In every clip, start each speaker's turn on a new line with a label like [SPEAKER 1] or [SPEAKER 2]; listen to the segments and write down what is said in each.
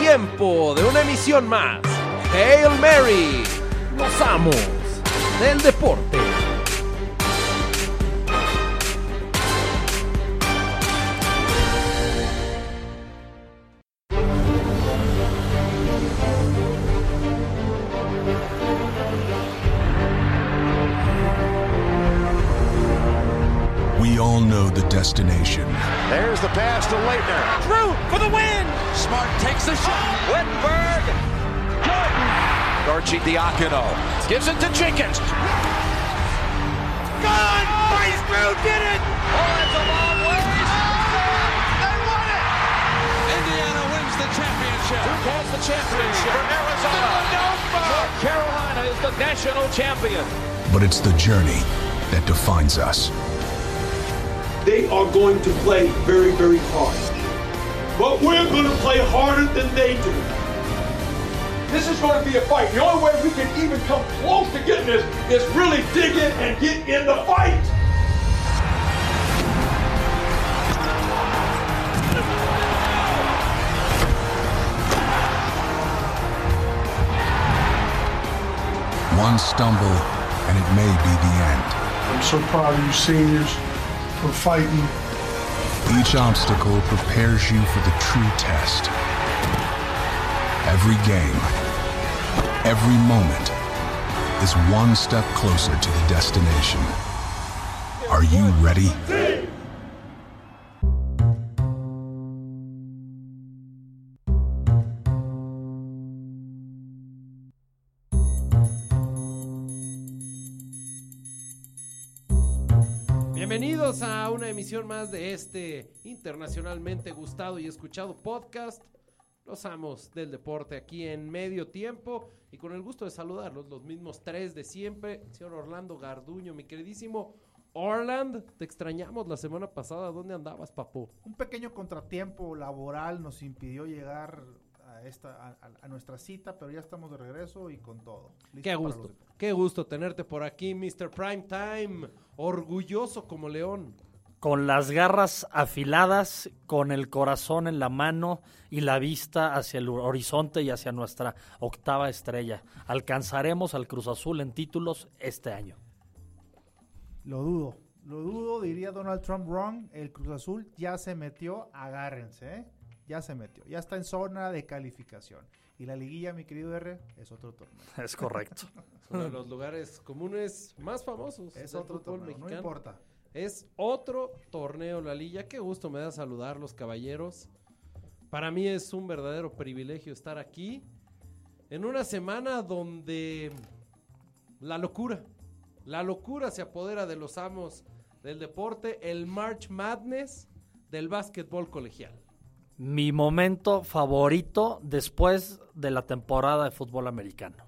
[SPEAKER 1] tiempo de una emisión más. Hail Mary, los amos del deporte.
[SPEAKER 2] We all know the destination.
[SPEAKER 3] There's the pass to Leitner.
[SPEAKER 4] Drew for the win.
[SPEAKER 3] Smart takes a shot.
[SPEAKER 4] Wittenberg. Good.
[SPEAKER 3] Archie Diacono gives it to Jenkins.
[SPEAKER 4] Gone. Bryce Drew did it. Oh, that's a long way. They won it.
[SPEAKER 3] Indiana wins the championship. Who has the championship? From Arizona. North Carolina is the national champion.
[SPEAKER 2] But it's the journey that defines us.
[SPEAKER 5] they are going to play very, very hard. But we're going to play harder than they do. This is going to be a fight. The only way we can even come close to getting this is really dig in and get in the fight.
[SPEAKER 2] One stumble, and it may be the end.
[SPEAKER 6] I'm so proud of you seniors for fighting.
[SPEAKER 2] Each obstacle prepares you for the true test. Every game, every moment is one step closer to the destination. Are you ready?
[SPEAKER 1] Bienvenidos a una emisión más de este internacionalmente gustado y escuchado podcast. Los amos del deporte aquí en medio tiempo y con el gusto de saludarlos, los mismos tres de siempre, el señor Orlando Garduño, mi queridísimo Orland, te extrañamos la semana pasada, ¿dónde andabas, papu?
[SPEAKER 7] Un pequeño contratiempo laboral nos impidió llegar a esta a, a- a nuestra cita, pero ya estamos de regreso y con todo. Listo
[SPEAKER 1] Qué
[SPEAKER 7] para
[SPEAKER 1] gusto,
[SPEAKER 7] los detalles.
[SPEAKER 1] qué gusto tenerte por aquí, Mr. Prime Time, orgulloso como león.
[SPEAKER 8] con las garras afiladas, con el corazón en la mano y la vista hacia el horizonte y hacia nuestra octava estrella. Alcanzaremos al Cruz Azul en títulos este año.
[SPEAKER 7] Lo dudo, lo dudo, diría Donald Trump wrong, el Cruz Azul ya se metió, agárrense, ¿eh? ya se metió, ya está en zona de calificación. Y la liguilla, mi querido R, es otro torneo.
[SPEAKER 8] Es correcto.
[SPEAKER 1] Es uno de los lugares comunes más famosos
[SPEAKER 7] Es
[SPEAKER 1] del
[SPEAKER 7] otro
[SPEAKER 1] fútbol
[SPEAKER 7] torneo, no
[SPEAKER 1] mexicano.
[SPEAKER 7] importa.
[SPEAKER 1] Es otro torneo, la liga. Qué gusto me da saludar los caballeros. Para mí es un verdadero privilegio estar aquí en una semana donde la locura, la locura se apodera de los amos del deporte, el March Madness del básquetbol colegial.
[SPEAKER 8] Mi momento favorito después de la temporada de fútbol americano.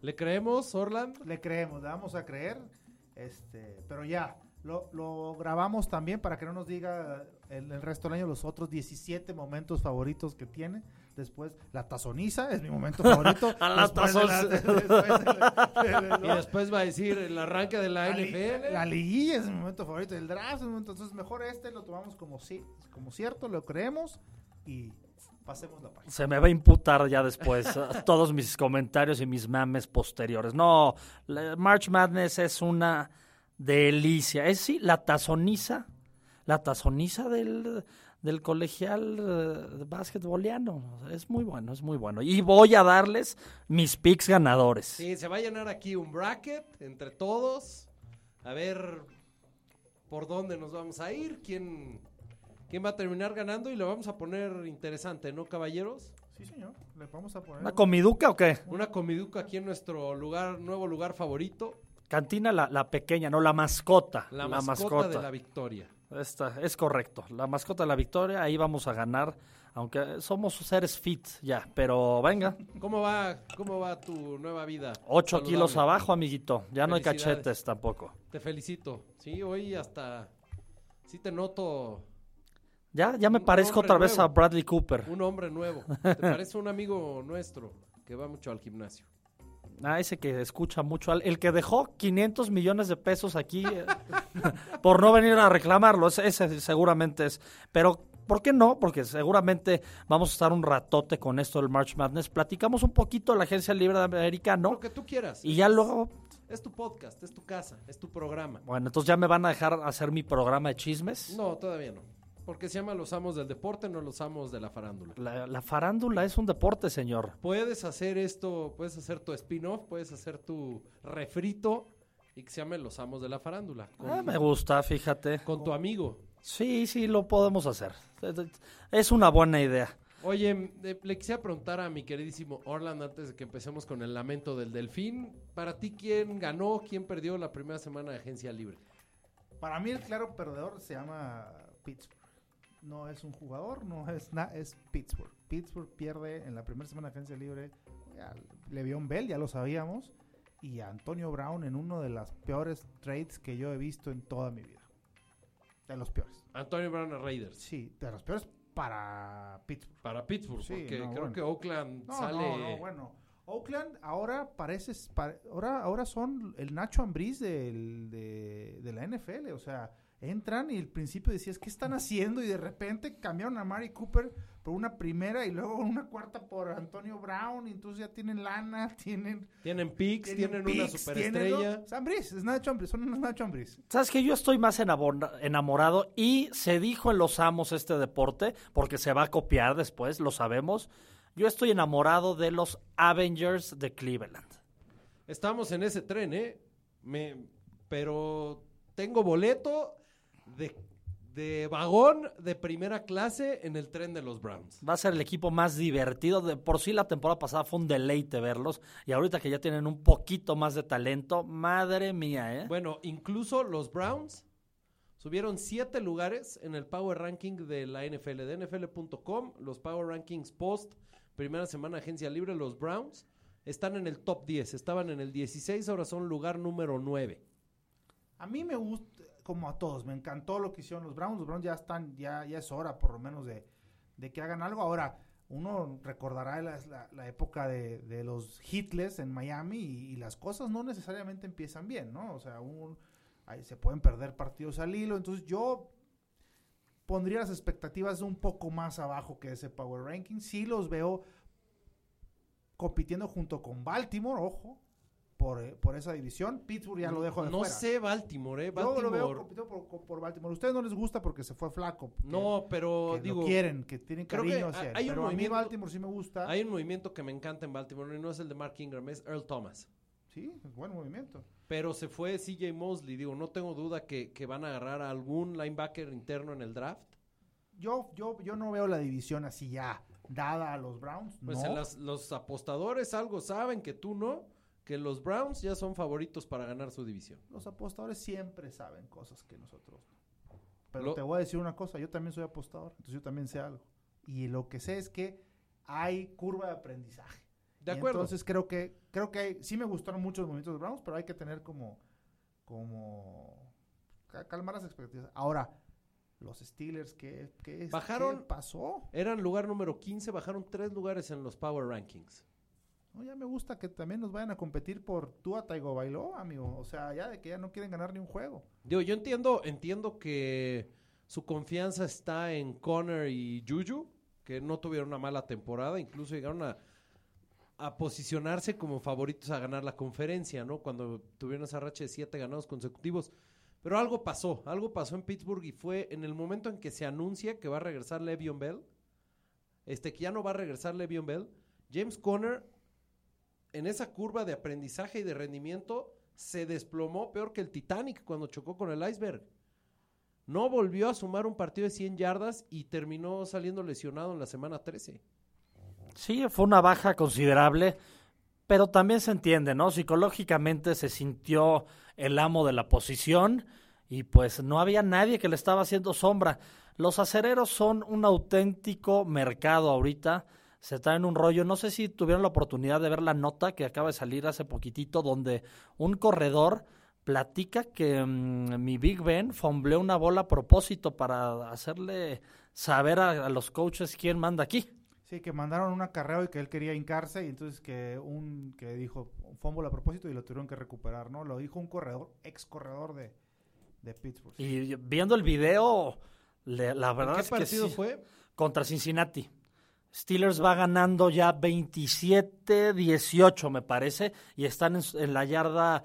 [SPEAKER 1] ¿Le creemos, Orland?
[SPEAKER 7] Le creemos, le vamos a creer, este, pero ya, lo, lo grabamos también para que no nos diga el, el resto del año los otros 17 momentos favoritos que tiene. Después, la tazoniza es mi momento favorito.
[SPEAKER 8] A la
[SPEAKER 7] Después de la- después de-
[SPEAKER 1] Y después va a decir el arranque de la,
[SPEAKER 7] la li-
[SPEAKER 1] NFL.
[SPEAKER 7] La liguilla es mi momento favorito, el draft es mi momento- entonces mejor este lo tomamos como, sí, como cierto, lo creemos y pasemos la página.
[SPEAKER 8] Se me va a imputar ya después eh, todos mis comentarios y mis mames posteriores. No, la- March Madness es una delicia. Es sí, la tazoniza, la tazoniza del, del colegial eh, basquetboliano. Es muy bueno, es muy bueno. Y voy a darles mis picks ganadores.
[SPEAKER 1] Sí, se va a llenar aquí un bracket entre todos. A ver por dónde nos vamos a ir, quién, quién va a terminar ganando y lo vamos a poner interesante, ¿no, caballeros?
[SPEAKER 7] Sí, señor, le vamos a poner
[SPEAKER 8] ¿Una comiduca o qué?
[SPEAKER 1] Una comiduca aquí en nuestro lugar, nuevo lugar favorito,
[SPEAKER 8] Cantina la, la pequeña, no, la mascota.
[SPEAKER 1] la, mascota, de la victoria.
[SPEAKER 8] Esta, es correcto. La mascota de la victoria, ahí vamos a ganar. Aunque somos seres fit ya, pero venga.
[SPEAKER 1] ¿Cómo va, cómo va tu nueva vida?
[SPEAKER 8] 8
[SPEAKER 1] Saludable.
[SPEAKER 8] kilos abajo, amiguito. Ya no hay
[SPEAKER 1] Felicidades.
[SPEAKER 8] cachetes tampoco.
[SPEAKER 1] Te felicito. Sí, hoy hasta sí te noto
[SPEAKER 8] Ya, ya me
[SPEAKER 1] Un
[SPEAKER 8] parezco
[SPEAKER 1] hombre
[SPEAKER 8] otra vez a
[SPEAKER 1] nuevo.
[SPEAKER 8] Bradley Cooper.
[SPEAKER 1] un hombre nuevo. Te parece un amigo nuestro que va mucho al gimnasio.
[SPEAKER 8] Ah, ese que escucha mucho. al- El que dejó 500 millones de pesos aquí eh, por no venir a reclamarlo. Ese, ese seguramente es. Pero ¿Por qué no? Porque seguramente vamos a estar un ratote con esto del March Madness. Platicamos un poquito de la agencia libre de americano
[SPEAKER 1] Lo que tú quieras.
[SPEAKER 8] y ya luego,
[SPEAKER 1] Es tu podcast, es tu casa, es tu programa.
[SPEAKER 8] bueno, entonces ya me van a dejar hacer mi programa de chismes.
[SPEAKER 1] No, todavía no. Porque se llama Los Amos del Deporte, no Los Amos de la Farándula.
[SPEAKER 8] La, la farándula es un deporte, señor.
[SPEAKER 1] Puedes hacer esto, puedes hacer tu spin-off, puedes hacer tu refrito y que se llame Los Amos de la Farándula. Con,
[SPEAKER 8] Ah, me gusta, fíjate.
[SPEAKER 1] con tu amigo.
[SPEAKER 8] Sí, sí, lo podemos hacer. Es una buena idea.
[SPEAKER 1] Oye, eh, le quisiera preguntar a mi queridísimo Orland antes de que empecemos con el lamento del delfín. Para ti, ¿quién ganó, quién perdió la primera semana de agencia libre?
[SPEAKER 7] Para mí el claro perdedor se llama Pittsburgh. No es un jugador, no es nada, es Pittsburgh. Pittsburgh pierde en la primera semana de agencia libre a Le'Veon Bell, ya lo sabíamos, y a Antonio Brown en uno de las peores trades que yo he visto en toda mi vida. De los peores.
[SPEAKER 1] Antonio Brown a Raiders.
[SPEAKER 7] Sí, de los peores para Pittsburgh.
[SPEAKER 1] Para Pittsburgh,
[SPEAKER 7] Sí,
[SPEAKER 1] porque
[SPEAKER 7] no,
[SPEAKER 1] creo
[SPEAKER 7] bueno.
[SPEAKER 1] que Oakland
[SPEAKER 7] No,
[SPEAKER 1] sale.
[SPEAKER 7] no, no, bueno. Oakland ahora parece, pa- ahora, ahora son el Nacho Ambriz del- de, de la NFL, o sea, entran y al principio decías, ¿qué están haciendo? Y de repente cambiaron a Mari Cooper por una primera y luego una cuarta por Antonio Brown, y entonces ya tienen lana, tienen...
[SPEAKER 1] Tienen picks, tienen, una
[SPEAKER 7] picks, tienen-
[SPEAKER 1] superestrella.
[SPEAKER 7] Es Ambriz, es Nacho Ambriz, son unos Nacho Ambriz.
[SPEAKER 8] ¿Sabes que Yo estoy más enabor- enamorado y se dijo en Los Amos este deporte, porque se va a copiar después, lo sabemos. Yo estoy enamorado de los Avengers de Cleveland.
[SPEAKER 1] Estamos en ese tren, ¿eh? Me, pero tengo boleto de, de vagón de primera clase en el tren de los Browns.
[SPEAKER 8] Va a ser el equipo más divertido. De por sí la temporada pasada fue un deleite verlos. Y ahorita que ya tienen un poquito más de talento, madre mía, ¿eh?
[SPEAKER 1] Bueno, incluso los Browns subieron siete lugares en el Power Ranking de la NFL, de NFL.com, los Power Rankings Post, primera semana agencia libre, los Browns están en el top 10, estaban en el 16, ahora son lugar número 9.
[SPEAKER 7] A mí me gusta, como a todos, me encantó lo que hicieron los Browns. Los Browns ya están, ya, ya es hora por lo menos de, de que hagan algo. Ahora, uno recordará la, la- la época de, de los hitless en Miami y, y las cosas no necesariamente empiezan bien, ¿no? O sea, un- ahí se pueden perder partidos al hilo. Entonces yo pondría las expectativas un poco más abajo que ese Power Ranking. Sí los veo compitiendo junto con Baltimore, ojo, por, eh, por esa división. Pittsburgh ya lo dejo de
[SPEAKER 1] No
[SPEAKER 7] fuera.
[SPEAKER 1] sé Baltimore, ¿eh?
[SPEAKER 7] Yo
[SPEAKER 1] Baltimore.
[SPEAKER 7] lo veo compitiendo por, por- por Baltimore. A ustedes no les gusta porque se fue flaco. que-
[SPEAKER 1] no,
[SPEAKER 7] que
[SPEAKER 1] pero
[SPEAKER 7] lo
[SPEAKER 1] digo,
[SPEAKER 7] quieren, que tienen
[SPEAKER 1] creo que
[SPEAKER 7] cariño hacia
[SPEAKER 1] hay-
[SPEAKER 7] él.
[SPEAKER 1] hay un
[SPEAKER 7] Pero a mí
[SPEAKER 1] movimiento-
[SPEAKER 7] Baltimore sí me gusta.
[SPEAKER 1] Hay un movimiento que me encanta en Baltimore y no es el de Mark Ingram, es Earl Thomas.
[SPEAKER 7] Sí, es buen movimiento.
[SPEAKER 1] Pero se fue CJ Mosley, digo, no tengo duda que, que van a agarrar a algún linebacker interno en el draft.
[SPEAKER 7] Yo, yo, yo no veo la división así ya dada a los Browns.
[SPEAKER 1] Pues
[SPEAKER 7] no.
[SPEAKER 1] en las- los apostadores algo saben que tú no, que los Browns ya son favoritos para ganar su división.
[SPEAKER 7] Los apostadores siempre saben cosas que nosotros no. Pero
[SPEAKER 1] Lo-
[SPEAKER 7] te voy a decir una cosa, yo también soy apostador, entonces yo también sé algo. Y lo que sé es que hay curva de aprendizaje.
[SPEAKER 1] De
[SPEAKER 7] Y
[SPEAKER 1] acuerdo.
[SPEAKER 7] Entonces creo que, creo que hay- sí me gustaron mucho los movimientos de Browns, pero hay que tener como, como ca- calmar las expectativas. Ahora, los Steelers, ¿qué, qué, es-
[SPEAKER 1] Bajaron-
[SPEAKER 7] qué pasó?
[SPEAKER 1] Eran lugar número 15, bajaron tres lugares en los Power Rankings.
[SPEAKER 7] No, ya me gusta que también nos vayan a competir por Tua Taigo Bailó, amigo. O sea, ya de que ya no quieren ganar ni un juego.
[SPEAKER 1] Digo, yo entiendo, entiendo que su confianza está en Connor y Juju, que no tuvieron una mala temporada, incluso llegaron a, a posicionarse como favoritos a ganar la conferencia, ¿no? Cuando tuvieron esa racha de siete ganados consecutivos. Pero algo pasó, algo pasó en Pittsburgh y fue en el momento en que se anuncia que va a regresar Le'Veon Bell, este, que ya no va a regresar Le'Veon Bell, James Conner en esa curva de aprendizaje y de rendimiento se desplomó peor que el Titanic cuando chocó con el iceberg. No volvió a sumar un partido de 100 yardas y terminó saliendo lesionado en la semana 13.
[SPEAKER 8] Sí, fue una baja considerable, pero también se entiende, ¿no? Psicológicamente se sintió el amo de la posición y pues no había nadie que le estaba haciendo sombra. Los acereros son un auténtico mercado ahorita. Se traen un rollo. No sé si tuvieron la oportunidad de ver la nota que acaba de salir hace poquitito, donde un corredor platica que mm, mi Big Ben fombleó una bola a propósito para hacerle saber a- a los coaches quién manda aquí.
[SPEAKER 7] Sí, que mandaron un acarreo y que él quería hincarse y entonces que un que dijo un fumble a propósito y lo tuvieron que recuperar, ¿no? Lo dijo un corredor, ex corredor de, de Pittsburgh.
[SPEAKER 8] Y viendo el video, Le- la
[SPEAKER 1] ¿En
[SPEAKER 8] verdad
[SPEAKER 1] qué
[SPEAKER 8] es que
[SPEAKER 1] partido
[SPEAKER 8] sí.
[SPEAKER 1] fue?
[SPEAKER 8] Contra Cincinnati. Steelers va ganando ya 27-18, me parece, y están en, en la yarda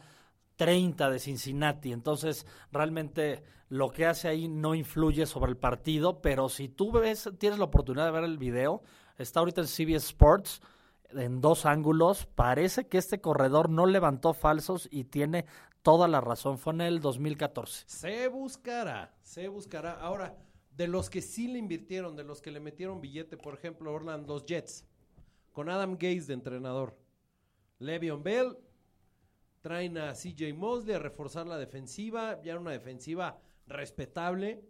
[SPEAKER 8] 30 de Cincinnati. Entonces, realmente lo que hace ahí no influye sobre el partido, pero si tú ves, tienes la oportunidad de ver el video, está ahorita en CBS Sports en dos ángulos, parece que este corredor no levantó falsos y tiene toda la razón. Fue en el 2014.
[SPEAKER 1] Se buscará, se buscará. Ahora, de los que sí le invirtieron, de los que le metieron billete, por ejemplo, Orland, los Jets, con Adam Gaze de entrenador, Le'Veon Bell, traen a CJ Mosley a reforzar la defensiva, ya era una defensiva respetable.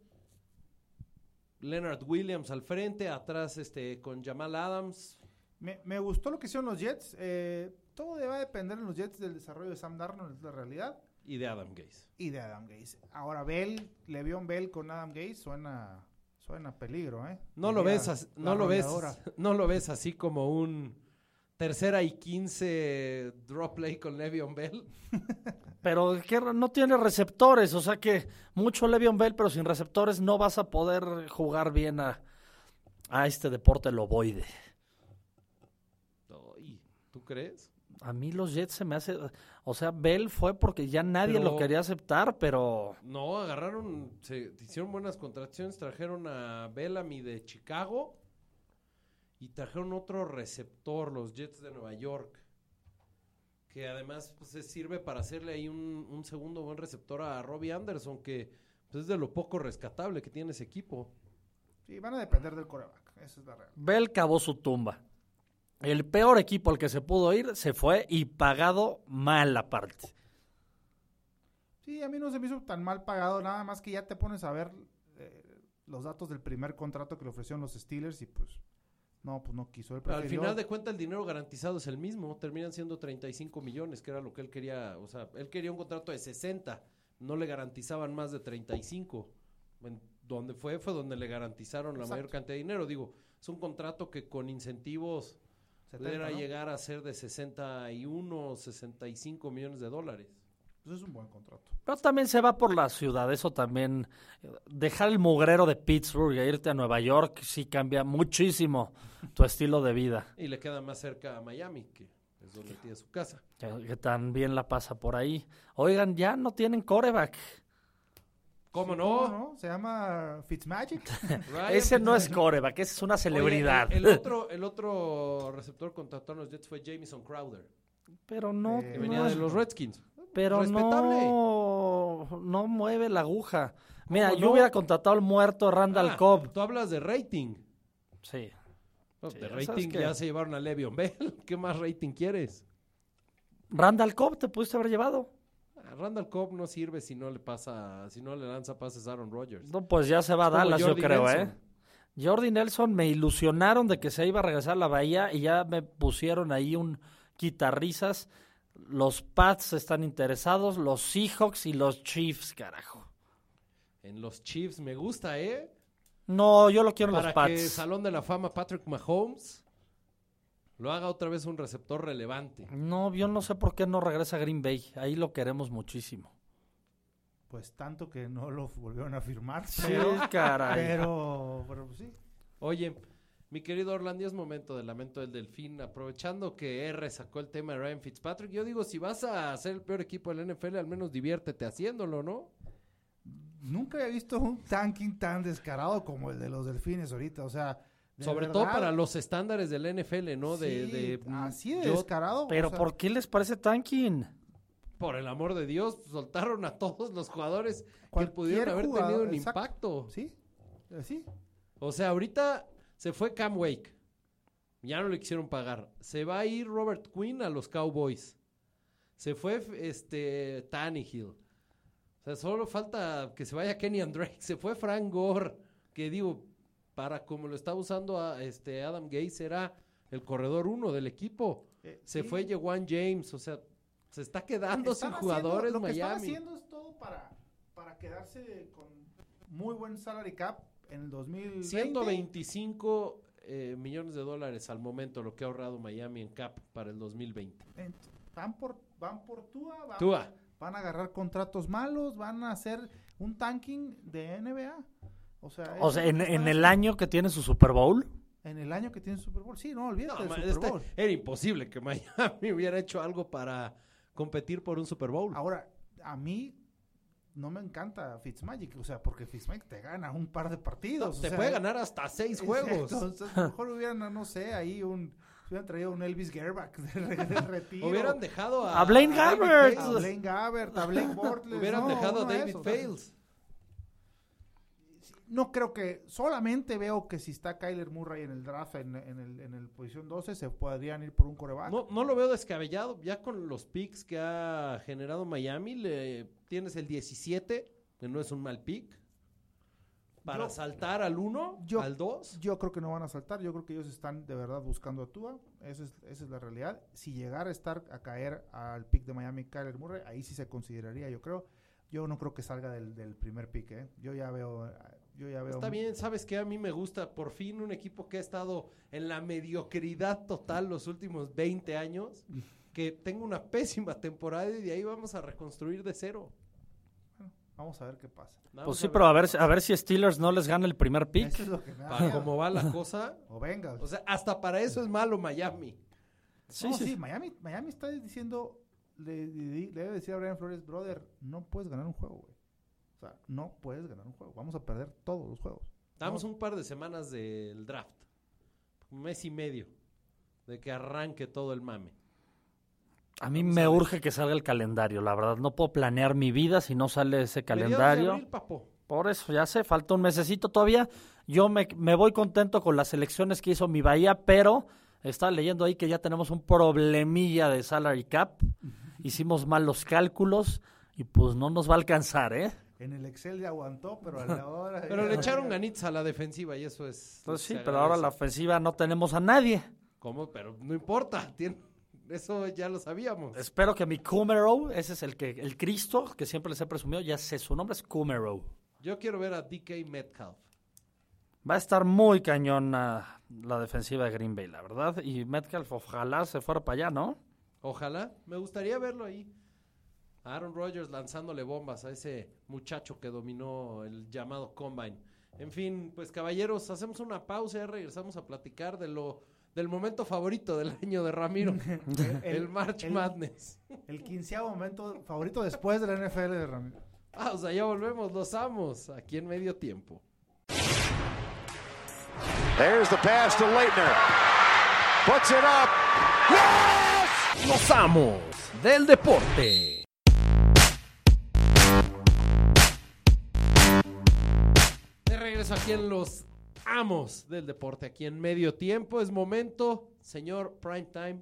[SPEAKER 1] Leonard Williams al frente, atrás este con Jamal Adams.
[SPEAKER 7] Me, me gustó lo que hicieron los Jets. eh, todo va a depender en los Jets del desarrollo de Sam Darnold, es la realidad,
[SPEAKER 1] Y de Adam Gaze.
[SPEAKER 7] y de Adam Gaze. Ahora, Bell, Le'Veon Bell con Adam Gaze suena, suena peligro, ¿eh?
[SPEAKER 1] No lo
[SPEAKER 7] Diría
[SPEAKER 1] ves, as-
[SPEAKER 7] la
[SPEAKER 1] no lo ves,
[SPEAKER 7] arrolladora.
[SPEAKER 1] no lo ves así como un tercera y 15 drop play con Le'Veon Bell.
[SPEAKER 8] Pero que no tiene receptores, o sea que mucho Le'Veon Bell, pero sin receptores no vas a poder jugar bien a, a este deporte loboide.
[SPEAKER 1] Ay, ¿Tú crees?
[SPEAKER 8] A mí los Jets se me hace, o sea, Bell fue porque ya nadie
[SPEAKER 1] Pero-
[SPEAKER 8] lo quería aceptar, pero
[SPEAKER 1] No, agarraron, se hicieron buenas contrataciones, trajeron a Bellamy de Chicago y trajeron otro receptor, los Jets de Nueva York, que además pues, se sirve para hacerle ahí un, un segundo buen receptor a Robbie Anderson, que pues, es de lo poco rescatable que tiene ese equipo.
[SPEAKER 7] Sí, van a depender del coreback, eso es la realidad.
[SPEAKER 8] Bell cavó su tumba. El peor equipo al que se pudo ir se fue y pagado mal aparte.
[SPEAKER 7] Sí, a mí no se me hizo tan mal pagado, nada más que ya te pones a ver eh, los datos del primer contrato que le ofrecieron los Steelers y pues no, pues no quiso. Él
[SPEAKER 1] Pero al
[SPEAKER 7] prefirió-
[SPEAKER 1] final de cuentas el dinero garantizado es el mismo, terminan siendo 35 millones, que era lo que él quería, o sea, él quería un contrato de 60, no le garantizaban más de 35. En donde fue fue donde le garantizaron la mayor
[SPEAKER 7] Exacto.
[SPEAKER 1] cantidad de dinero, digo, es un contrato que con incentivos
[SPEAKER 7] 70,
[SPEAKER 1] pudiera
[SPEAKER 7] ¿no?
[SPEAKER 1] llegar a ser de 61, 65 millones de dólares.
[SPEAKER 7] Pues es un buen contrato.
[SPEAKER 8] Pero también se va por la ciudad, eso también. eh, Dejar el mugrero de Pittsburgh e irte a Nueva York sí cambia muchísimo tu estilo de vida.
[SPEAKER 1] Y le queda más cerca a Miami, que es donde tiene su casa.
[SPEAKER 8] Que, que también la pasa por ahí. Oigan, ya no tienen coreback.
[SPEAKER 1] ¿Cómo
[SPEAKER 7] ¿Cómo
[SPEAKER 1] no?
[SPEAKER 7] no? Se llama Fitzmagic.
[SPEAKER 1] Ryan
[SPEAKER 8] Ese no es coreback, ese es una celebridad.
[SPEAKER 1] pues, Oye, el, el otro, el otro receptor contratado en los Jets fue Jameson Crowder,
[SPEAKER 8] pero no,
[SPEAKER 1] que
[SPEAKER 7] Eh,
[SPEAKER 1] venía
[SPEAKER 8] no
[SPEAKER 1] de
[SPEAKER 8] es-
[SPEAKER 1] los Redskins.
[SPEAKER 8] pero
[SPEAKER 1] respetable.
[SPEAKER 8] no, no mueve la aguja. Mira,
[SPEAKER 1] ¿Cómo
[SPEAKER 8] yo
[SPEAKER 1] no?
[SPEAKER 8] hubiera contratado al muerto Randall
[SPEAKER 1] Ah,
[SPEAKER 8] Cobb.
[SPEAKER 1] Tú hablas de rating.
[SPEAKER 8] Sí.
[SPEAKER 1] No,
[SPEAKER 8] Sí,
[SPEAKER 1] de
[SPEAKER 8] ya sabes
[SPEAKER 1] rating
[SPEAKER 8] que-
[SPEAKER 1] ya se llevaron a Le'Veon Bell. ¿Qué más rating quieres?
[SPEAKER 8] Randall Cobb te pudiste haber llevado.
[SPEAKER 1] A Ah, Randall Cobb no sirve si no le pasa, si no le lanza pases a Aaron Rodgers.
[SPEAKER 8] No, pues ya se va a
[SPEAKER 1] Como
[SPEAKER 8] Dallas, yo
[SPEAKER 1] Jordi
[SPEAKER 8] creo,
[SPEAKER 1] Nelson.
[SPEAKER 8] ¿eh? Jordi Nelson me ilusionaron de que se iba a regresar a la Bahía y ya me pusieron ahí un quitarrisas. Los Pats están interesados, los Seahawks y los Chiefs, carajo.
[SPEAKER 1] En los Chiefs me gusta, ¿eh?
[SPEAKER 8] No, yo lo quiero en
[SPEAKER 1] Para
[SPEAKER 8] los
[SPEAKER 1] que
[SPEAKER 8] Pats.
[SPEAKER 1] Salón de la Fama Patrick Mahomes lo haga otra vez un receptor relevante.
[SPEAKER 8] No, yo no sé por qué no regresa a Green Bay. Ahí lo queremos muchísimo.
[SPEAKER 7] Pues tanto que no lo volvieron a firmar.
[SPEAKER 8] Sí,
[SPEAKER 7] Pero,
[SPEAKER 8] caray.
[SPEAKER 7] pero, pero, pues, sí.
[SPEAKER 1] Oye, mi querido Orlando, es momento del lamento del delfín. Aprovechando que R sacó el tema de Ryan Fitzpatrick, yo digo, si vas a ser el peor equipo del NFL, al menos diviértete haciéndolo, ¿no?
[SPEAKER 7] Nunca había visto un tanking tan descarado como el de los delfines ahorita. O sea, de
[SPEAKER 1] Sobre todo
[SPEAKER 7] verdad,
[SPEAKER 1] para los estándares del NFL, ¿no? De,
[SPEAKER 7] sí,
[SPEAKER 1] de- mm,
[SPEAKER 7] así de
[SPEAKER 1] yo,
[SPEAKER 7] descarado. o
[SPEAKER 8] Pero
[SPEAKER 7] sea,
[SPEAKER 8] ¿por qué les parece tanking?
[SPEAKER 1] por el amor de Dios, soltaron a todos los jugadores que
[SPEAKER 7] Cualquier
[SPEAKER 1] pudieron haber
[SPEAKER 7] jugador,
[SPEAKER 1] tenido un
[SPEAKER 7] exacto.
[SPEAKER 1] impacto.
[SPEAKER 7] Sí, eh, sí.
[SPEAKER 1] O sea, ahorita se fue Cam Wake. Ya no le quisieron pagar. Se va a ir Robert Quinn a los Cowboys. Se fue f- este Tannehill. O sea, solo falta que se vaya Kenny and Drake. Se fue Frank Gore, que digo, para como lo estaba usando a, este Adam Gase era el corredor uno del equipo.
[SPEAKER 7] Eh,
[SPEAKER 1] Se
[SPEAKER 7] sí.
[SPEAKER 1] fue Jawan James, o sea, se está quedando
[SPEAKER 7] Están
[SPEAKER 1] sin
[SPEAKER 7] haciendo-
[SPEAKER 1] jugadores
[SPEAKER 7] lo que están
[SPEAKER 1] Miami.
[SPEAKER 7] haciendo es todo para, para quedarse con muy buen salary cap en el 2020.
[SPEAKER 1] 125 eh, millones de dólares al momento lo que ha ahorrado Miami en cap para el 2020.
[SPEAKER 7] Ent- Van por, van por Tua, van,
[SPEAKER 1] Tua,
[SPEAKER 7] van a agarrar contratos malos, van a hacer un tanking de NBA. O sea,
[SPEAKER 8] O
[SPEAKER 7] eso
[SPEAKER 8] sea,
[SPEAKER 7] es
[SPEAKER 8] en,
[SPEAKER 7] lo que
[SPEAKER 8] en
[SPEAKER 7] pasa.
[SPEAKER 8] el año que tiene su Super Bowl.
[SPEAKER 7] En el año que tiene el Super Bowl. Sí, no,
[SPEAKER 1] No,
[SPEAKER 7] olvídate
[SPEAKER 1] ma-
[SPEAKER 7] del
[SPEAKER 1] este-
[SPEAKER 7] Super Bowl.
[SPEAKER 1] era imposible que Miami hubiera hecho algo para competir por un Super Bowl.
[SPEAKER 7] Ahora, a mí no me encanta Fitzmagic, o sea, porque Fitzmagic te gana un par de
[SPEAKER 1] No,
[SPEAKER 7] partidos.
[SPEAKER 1] te puede ganar hasta seis juegos.
[SPEAKER 7] Entonces, mejor hubieran, no sé, ahí un. Hubieran traído un Elvis Gerback de, re- de retiro.
[SPEAKER 1] Hubieran dejado a,
[SPEAKER 8] A Blaine
[SPEAKER 1] David
[SPEAKER 8] Gabbert.
[SPEAKER 7] A
[SPEAKER 1] Fales.
[SPEAKER 7] Blaine Gabbert, a Blaine Bortles.
[SPEAKER 1] Hubieran
[SPEAKER 7] no,
[SPEAKER 1] dejado a
[SPEAKER 7] uno de
[SPEAKER 1] David
[SPEAKER 7] esos, o sea,
[SPEAKER 1] Fales.
[SPEAKER 7] No creo que. Solamente veo que si está Kyler Murray en el draft, en, en el, en el posición 12, se podrían ir por un coreback.
[SPEAKER 1] No, no lo veo descabellado. Ya con los picks que ha generado Miami, le tienes el 17, que no es un mal pick. Para
[SPEAKER 7] Yo-
[SPEAKER 1] saltar al 1,
[SPEAKER 7] yo-
[SPEAKER 1] al 2.
[SPEAKER 7] Yo creo que no van a saltar, yo creo que ellos están de verdad buscando a Tua, esa es, esa es la realidad. Si llegara a estar a caer al pick de Miami Kyler Murray, ahí sí se consideraría, yo creo. Yo no creo que salga del, del primer pick, ¿eh? Yo ya veo, yo ya veo.
[SPEAKER 1] Está bien, sabes que a mí me gusta por fin un equipo que ha estado en la mediocridad total los últimos 20 años, que tenga una pésima temporada y de ahí vamos a reconstruir de cero.
[SPEAKER 7] Vamos a ver qué pasa.
[SPEAKER 1] Vamos
[SPEAKER 8] Pues sí,
[SPEAKER 1] ver
[SPEAKER 8] pero a
[SPEAKER 1] qué
[SPEAKER 8] ver,
[SPEAKER 1] pasa.
[SPEAKER 8] a ver si Steelers no les gana el primer pick.
[SPEAKER 7] Eso es lo que me da
[SPEAKER 1] Para
[SPEAKER 7] miedo.
[SPEAKER 1] cómo va la cosa,
[SPEAKER 7] O venga.
[SPEAKER 1] o sea, hasta para eso es malo Miami.
[SPEAKER 8] Sí,
[SPEAKER 7] no,
[SPEAKER 8] sí,
[SPEAKER 7] sí,
[SPEAKER 8] sí.
[SPEAKER 7] Miami, Miami está diciendo, le, le- le debe decir a Brian Flores, brother, no puedes ganar un juego, güey. O sea, no puedes ganar un juego. Vamos a perder todos los juegos.
[SPEAKER 1] Damos un par de semanas del draft, un mes y medio, de que arranque todo el mame.
[SPEAKER 8] A mí me urge que salga el calendario, la verdad. No puedo planear mi vida si no sale ese
[SPEAKER 1] Mediados de
[SPEAKER 8] calendario.
[SPEAKER 1] abril, papo.
[SPEAKER 8] Por eso, ya sé, falta un mesecito todavía. Yo me, me voy contento con las elecciones que hizo mi Bahía, pero estaba leyendo ahí que ya tenemos un problemilla de salary cap. Hicimos mal los cálculos y pues no nos va a alcanzar, ¿eh?
[SPEAKER 7] En el Excel le aguantó, pero a la hora.
[SPEAKER 1] Pero le echaron ganitas a la defensiva y eso es...
[SPEAKER 8] Entonces Pues sí,
[SPEAKER 1] se
[SPEAKER 8] pero ahora
[SPEAKER 1] agradece.
[SPEAKER 8] la ofensiva no tenemos a nadie.
[SPEAKER 1] ¿Cómo? Pero no importa, tiene- eso ya lo sabíamos.
[SPEAKER 8] Espero que mi Kumero, ese es el que el Cristo que siempre les he presumido, ya sé, su nombre es Kumero.
[SPEAKER 1] Yo quiero ver a DK Metcalf.
[SPEAKER 8] Va a estar muy cañona la defensiva de Green Bay, la verdad. Y Metcalf, ojalá se fuera para allá, ¿no?
[SPEAKER 1] Ojalá, me gustaría verlo ahí. A Aaron Rodgers lanzándole bombas a ese muchacho que dominó el llamado Combine. En fin, pues caballeros, hacemos una pausa y ya regresamos a platicar de lo del momento favorito del año de Ramiro, el, March
[SPEAKER 7] el-
[SPEAKER 1] Madness.
[SPEAKER 7] El quinceavo momento favorito después de la NFL de Ramiro.
[SPEAKER 1] Pausa, ya volvemos, los amos, aquí en medio tiempo.
[SPEAKER 9] There's the pass to Leitner. Puts it up. Yes!
[SPEAKER 1] Los amos del deporte. De regreso aquí en los amos del deporte, aquí en medio tiempo. Es momento, señor Prime Time,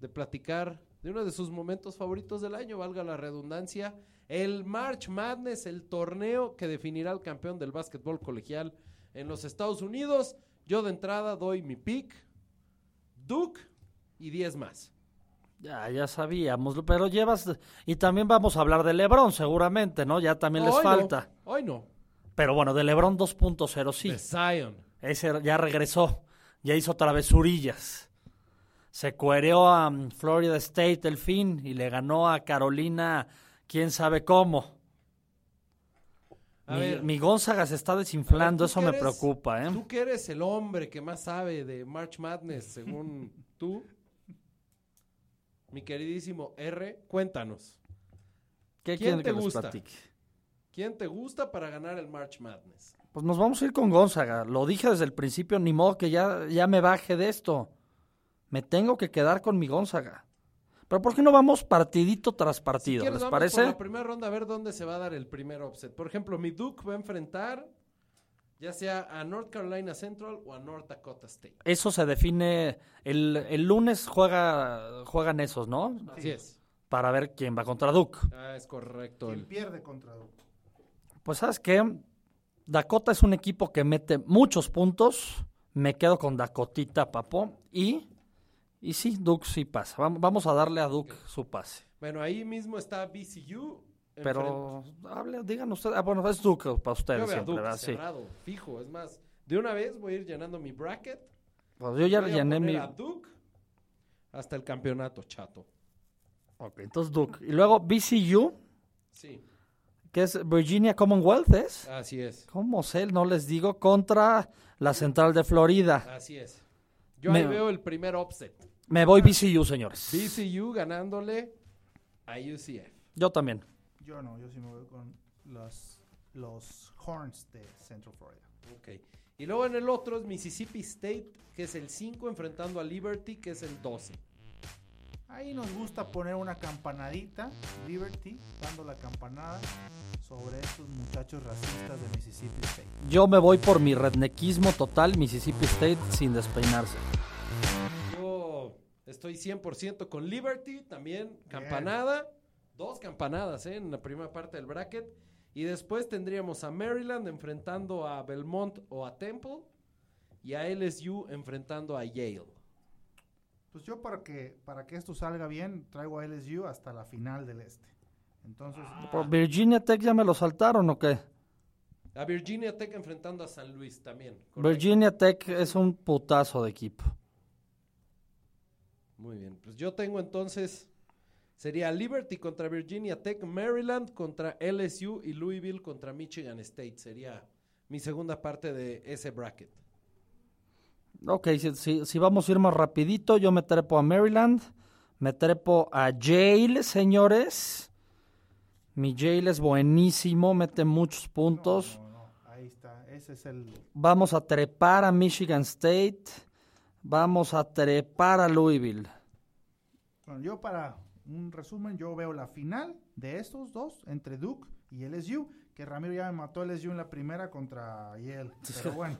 [SPEAKER 1] de platicar de uno de sus momentos favoritos del año, valga la redundancia, el March Madness, el torneo que definirá al campeón del básquetbol colegial en los Estados Unidos. Yo de entrada doy mi pick, Duke y 10 más.
[SPEAKER 8] Ya, ya sabíamos, lo- pero llevas... Y también vamos a hablar de Lebron, seguramente, ¿no? Ya también les
[SPEAKER 1] Hoy no,
[SPEAKER 8] falta.
[SPEAKER 1] hoy no.
[SPEAKER 8] Pero bueno, de Lebron 2.0 sí.
[SPEAKER 1] De Zion.
[SPEAKER 8] Ese ya regresó, ya hizo travesurillas. Se cuereó a mm, Florida State el fin y le ganó a Carolina quién sabe cómo.
[SPEAKER 1] A
[SPEAKER 8] mi,
[SPEAKER 1] ver.
[SPEAKER 8] mi Gonzaga se está
[SPEAKER 1] A ver, ¿tú
[SPEAKER 8] desinflando, eso
[SPEAKER 1] qué
[SPEAKER 8] me
[SPEAKER 1] eres?
[SPEAKER 8] preocupa, ¿eh?
[SPEAKER 1] Tú que eres el hombre que más sabe de March Madness, según tú. Mi queridísimo R, cuéntanos. ¿Quién
[SPEAKER 8] ¿Qué quieren
[SPEAKER 1] te
[SPEAKER 8] que les
[SPEAKER 1] gusta?
[SPEAKER 8] platique?
[SPEAKER 1] ¿Quién te gusta para ganar el March Madness?
[SPEAKER 8] Pues nos vamos a ir con Gonzaga. Lo dije desde el principio, ni modo que ya, ya me baje de esto. Me tengo que quedar con mi Gonzaga. Pero ¿por qué no vamos partidito tras partido?
[SPEAKER 1] ¿Quieres
[SPEAKER 8] ¿Les
[SPEAKER 1] vamos
[SPEAKER 8] parece?
[SPEAKER 1] por la primera ronda a ver dónde se va a dar el primer offset? Por ejemplo, mi Duke va a enfrentar ya sea a North Carolina Central o a North Dakota State.
[SPEAKER 8] Eso se define. El, el lunes juega, juegan esos, ¿no?
[SPEAKER 1] Así es.
[SPEAKER 8] Para ver quién va contra Duke.
[SPEAKER 1] Ah, es correcto.
[SPEAKER 7] Quien
[SPEAKER 1] el-
[SPEAKER 7] pierde contra Duke.
[SPEAKER 8] Pues, ¿sabes qué? Dakota es un equipo que mete muchos puntos. Me quedo con Dakotita, papo. Y, y sí, Duke sí pasa. Vam- Vamos a darle a Duke su pase.
[SPEAKER 1] Bueno, ahí mismo está BCU.
[SPEAKER 8] Pero, hable, digan ustedes. Ah, bueno, es Duke para
[SPEAKER 1] Yo
[SPEAKER 8] ustedes
[SPEAKER 1] veo a
[SPEAKER 8] siempre,
[SPEAKER 1] Duke
[SPEAKER 8] ¿verdad? Sí.
[SPEAKER 1] cerrado, fijo. Es más, de una vez voy a ir llenando mi bracket.
[SPEAKER 8] Pues yo ya
[SPEAKER 1] voy a
[SPEAKER 8] llené
[SPEAKER 1] poner
[SPEAKER 8] mi.
[SPEAKER 1] a Duke hasta el campeonato, chato.
[SPEAKER 8] Ok, entonces Duke. Y luego BCU.
[SPEAKER 1] Sí.
[SPEAKER 8] que es Virginia Commonwealth, ¿es?
[SPEAKER 1] Así es.
[SPEAKER 8] ¿Cómo sé? No les digo, contra la Central de Florida.
[SPEAKER 1] Así es. Yo ahí
[SPEAKER 8] Me-
[SPEAKER 1] veo el primer offset.
[SPEAKER 8] Me voy BCU, señores.
[SPEAKER 1] BCU ganándole a UCF.
[SPEAKER 8] Yo también.
[SPEAKER 7] Yo no, yo sí me voy con los, los Horns de Central Florida.
[SPEAKER 1] Ok. Y luego en el otro es Mississippi State, que es el 5, enfrentando a Liberty, que es el 12.
[SPEAKER 7] Ahí nos gusta poner una campanadita, Liberty, dando la campanada sobre estos muchachos racistas de Mississippi State.
[SPEAKER 8] Yo me voy por mi rednequismo total, Mississippi State, sin despeinarse.
[SPEAKER 1] Yo estoy 100% con Liberty, también campanada, dos campanadas ¿eh? en la primera parte del bracket. Y después tendríamos a Maryland enfrentando a Belmont o a Temple y a LSU enfrentando a Yale.
[SPEAKER 7] Pues yo para que, para que esto salga bien, traigo a LSU hasta la final del este. Entonces,
[SPEAKER 8] Por Virginia Tech ya me lo saltaron o qué?
[SPEAKER 1] A Virginia Tech enfrentando a San Luis también. correcto.
[SPEAKER 8] Virginia Tech es un putazo de equipo.
[SPEAKER 1] Muy bien, pues yo tengo entonces, sería Liberty contra Virginia Tech, Maryland contra LSU y Louisville contra Michigan State. Sería mi segunda parte de ese bracket.
[SPEAKER 8] Ok, si, si- si vamos a ir más rapidito, yo me trepo a Maryland, me trepo a Yale, señores. Mi Yale es buenísimo, mete muchos puntos.
[SPEAKER 7] no, no, ahí está. Ese es el...
[SPEAKER 8] Vamos a trepar a Michigan State, vamos a trepar a Louisville.
[SPEAKER 7] Bueno, yo para un resumen, yo veo la final de estos dos, entre Duke y LSU, que Ramiro ya me mató a LSU en la primera contra Yale. Pero bueno,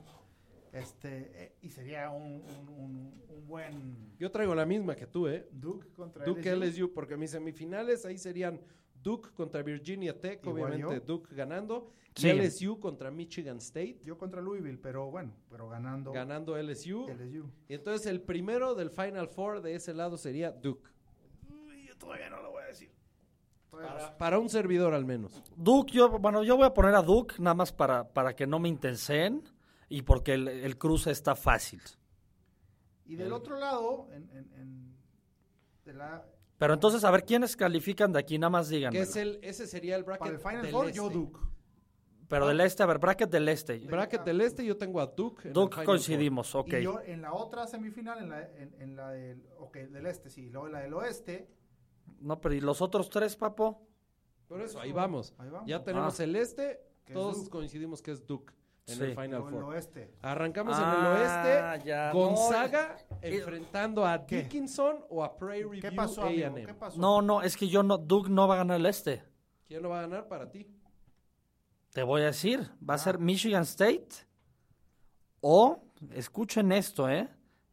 [SPEAKER 7] este, eh, y sería un, un- un- un buen
[SPEAKER 1] Yo traigo la misma que tú, ¿eh?
[SPEAKER 7] Duke contra
[SPEAKER 1] Duke
[SPEAKER 7] LSU.
[SPEAKER 1] LSU, porque mis semifinales ahí serían Duke contra Virginia Tech,
[SPEAKER 7] Igual
[SPEAKER 1] obviamente
[SPEAKER 7] yo.
[SPEAKER 1] Duke ganando,
[SPEAKER 8] Sí.
[SPEAKER 1] y LSU contra Michigan State,
[SPEAKER 7] Yo contra Louisville, pero bueno, pero ganando
[SPEAKER 1] ganando LSU.
[SPEAKER 7] LSU.
[SPEAKER 1] Y entonces el primero del Final Four de ese lado sería Duke,
[SPEAKER 7] Uy, yo todavía no lo voy a decir. Todavía no sé.
[SPEAKER 1] para, para un servidor al menos.
[SPEAKER 8] Duke, yo, bueno, yo voy a poner a Duke nada más para, para que no me intensen y porque el, el cruce está fácil.
[SPEAKER 7] Y del otro lado, en, en- en- de la,
[SPEAKER 8] Pero entonces, a ver, ¿quiénes califican de aquí? Nada más díganme.
[SPEAKER 1] Que es el, ese sería el bracket
[SPEAKER 7] para el Final
[SPEAKER 1] del
[SPEAKER 7] Four, yo
[SPEAKER 1] este.
[SPEAKER 7] Duke. Ah.
[SPEAKER 8] Pero del este, a ver, bracket del este.
[SPEAKER 1] Bracket del este, yo tengo a Duke. en el
[SPEAKER 8] Duke
[SPEAKER 1] Final
[SPEAKER 8] coincidimos, ok.
[SPEAKER 7] Y yo en la otra semifinal, en la, en, en la del, ok, del este, sí, luego en la del oeste,
[SPEAKER 8] No, pero ¿y los otros tres, papo?
[SPEAKER 1] Four. Por eso, ahí vamos.
[SPEAKER 7] Ahí vamos.
[SPEAKER 1] Ya tenemos
[SPEAKER 8] Ah.
[SPEAKER 1] el este,
[SPEAKER 7] Que es
[SPEAKER 1] todos
[SPEAKER 7] Duke.
[SPEAKER 1] coincidimos que es Duke en
[SPEAKER 8] Sí.
[SPEAKER 1] el Final
[SPEAKER 7] luego en el
[SPEAKER 1] Four.
[SPEAKER 7] oeste.
[SPEAKER 1] Arrancamos
[SPEAKER 8] Ah,
[SPEAKER 1] en el oeste.
[SPEAKER 8] ya, no,
[SPEAKER 1] Gonzaga
[SPEAKER 8] eh,
[SPEAKER 1] enfrentando a
[SPEAKER 7] ¿Qué?
[SPEAKER 1] Dickinson o a Prairie
[SPEAKER 7] ¿Qué
[SPEAKER 1] View
[SPEAKER 7] pasó, amigo?
[SPEAKER 1] A&M.
[SPEAKER 7] ¿Qué pasó?
[SPEAKER 8] No, no, es que yo no, Duke no va a ganar el este.
[SPEAKER 1] ¿Quién lo va a ganar para ti?
[SPEAKER 8] Te voy a decir, va a
[SPEAKER 1] Ah.
[SPEAKER 8] ser Michigan State o, escuchen esto, ¿eh?